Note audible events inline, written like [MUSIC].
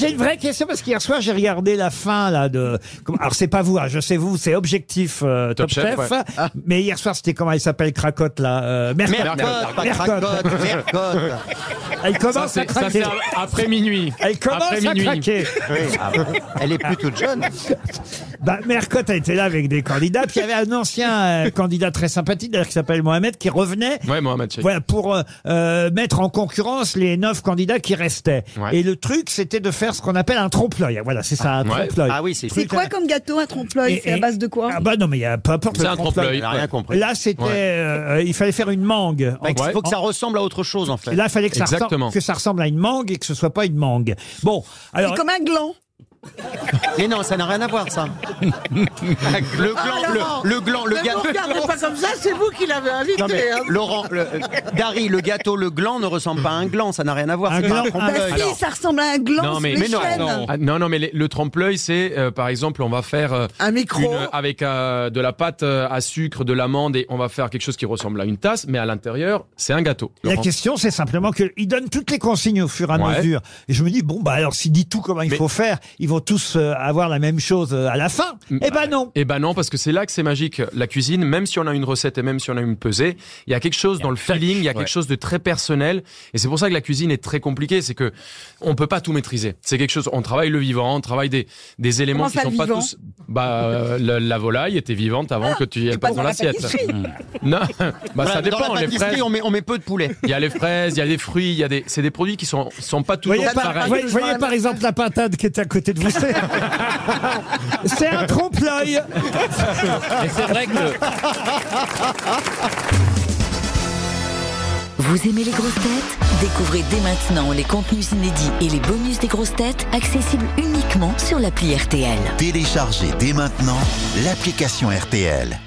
J'ai une vraie question parce qu'hier soir j'ai regardé la fin là de. comment- Alors c'est pas vous, hein, je sais vous, c'est objectif euh, Top, Top Chef. Chef, ouais. Ah. Mais hier soir c'était comment il s'appelle Cracotte là. euh, Mercotte. Mercotte, pas Mercotte. Cracotte, Mercotte. Elle Ça, commence c'est- à ça, c'est craquer. a- après minuit. Elle commence Après à minuit. craquer. Oui, ah ouais. Elle est plus toute jeune. Bah, Mercotte a été là avec des candidats. Puis il y avait un ancien euh, candidat très sympathique d'ailleurs qui s'appelle Mohamed qui revenait. Ouais, Mohamed Sheikh. Voilà, pour euh, euh, mettre en concurrence les neuf candidats qui restaient. Ouais. Et le truc, c'était de faire ce qu'on appelle un trompe-l'œil. Voilà, c'est ça, un Ouais. trompe-l'œil. Ah oui, c'est- C'est quoi comme gâteau, un trompe-l'œil Et- C'est à et- base de quoi Ah bah non, mais il y a peu importe. C'est le un trompe-l'œil. Elle a rien compris. Là, c'était, Ouais. euh, euh, il fallait faire une mangue. Bah, Il En- faut que ça en- ressemble à autre chose, en fait. Là, il fallait que ça, Exactement. ressemble, que ça ressemble à une mangue et que ce soit pas une mangue. Bon, alors bah, C'est comme un gland. Mais non, ça n'a rien à voir, ça. le gland, Ah, Laurent. le, le gland, le Mais vous gâteau. regardez pas comme ça, c'est vous qui l'avez invité. Non, mais, hein. Laurent, le, euh, Dari, le gâteau, le gland ne ressemble pas à un gland, ça n'a rien à voir. Un c'est pas gland, trompe-l'œil. Bah si, alors- ça ressemble à un gland. Non, mais- les mais non, chaînes. non. Ah, non, non, mais les- le trempe-l'œil, c'est, euh, par exemple, on va faire euh, Un micro. une- avec euh, de la pâte euh, à sucre, de l'amande, et on va faire quelque chose qui ressemble à une tasse, mais à l'intérieur, c'est un gâteau. la Laurent. question, c'est simplement qu'il donne toutes les consignes au fur et à Ouais. mesure. Et je me dis, bon, bah alors s'il dit tout comment il Mais- faut faire, ils vont tous euh, avoir la même chose euh, à la fin. Eh ben non. Eh ben non, parce que c'est là que c'est magique. La cuisine, même si on a une recette et même si on a une pesée, il y a quelque chose dans le feeling, il y a quelque chose de très personnel. Et c'est pour ça que la cuisine est très compliquée, c'est que on peut pas tout maîtriser. C'est quelque chose. On travaille le vivant, on travaille des des éléments Comment qui ça, sont le pas vivant Ah, tous. Bah euh, la, la volaille était vivante avant que tu y aies pas dans la l'assiette. Mmh. pâtisserie. [LAUGHS] Non, bah Voilà, ça Dans dépend. la Les pâtisserie, fraises, on met, on met peu de poulet. il y a les fraises, il y a des fruits, il y a des. C'est des produits qui sont sont pas Vous toujours voyez, par, pareils. voyez- voyez par exemple la pintade qui est à côté de vous. [LAUGHS] C'est, c'est un trompe-l'œil. Mais c'est vrai que le- Vous aimez les grosses têtes Découvrez dès maintenant les contenus inédits et les bonus des grosses têtes accessibles uniquement sur l'appli RTL. Téléchargez dès maintenant l'application RTL.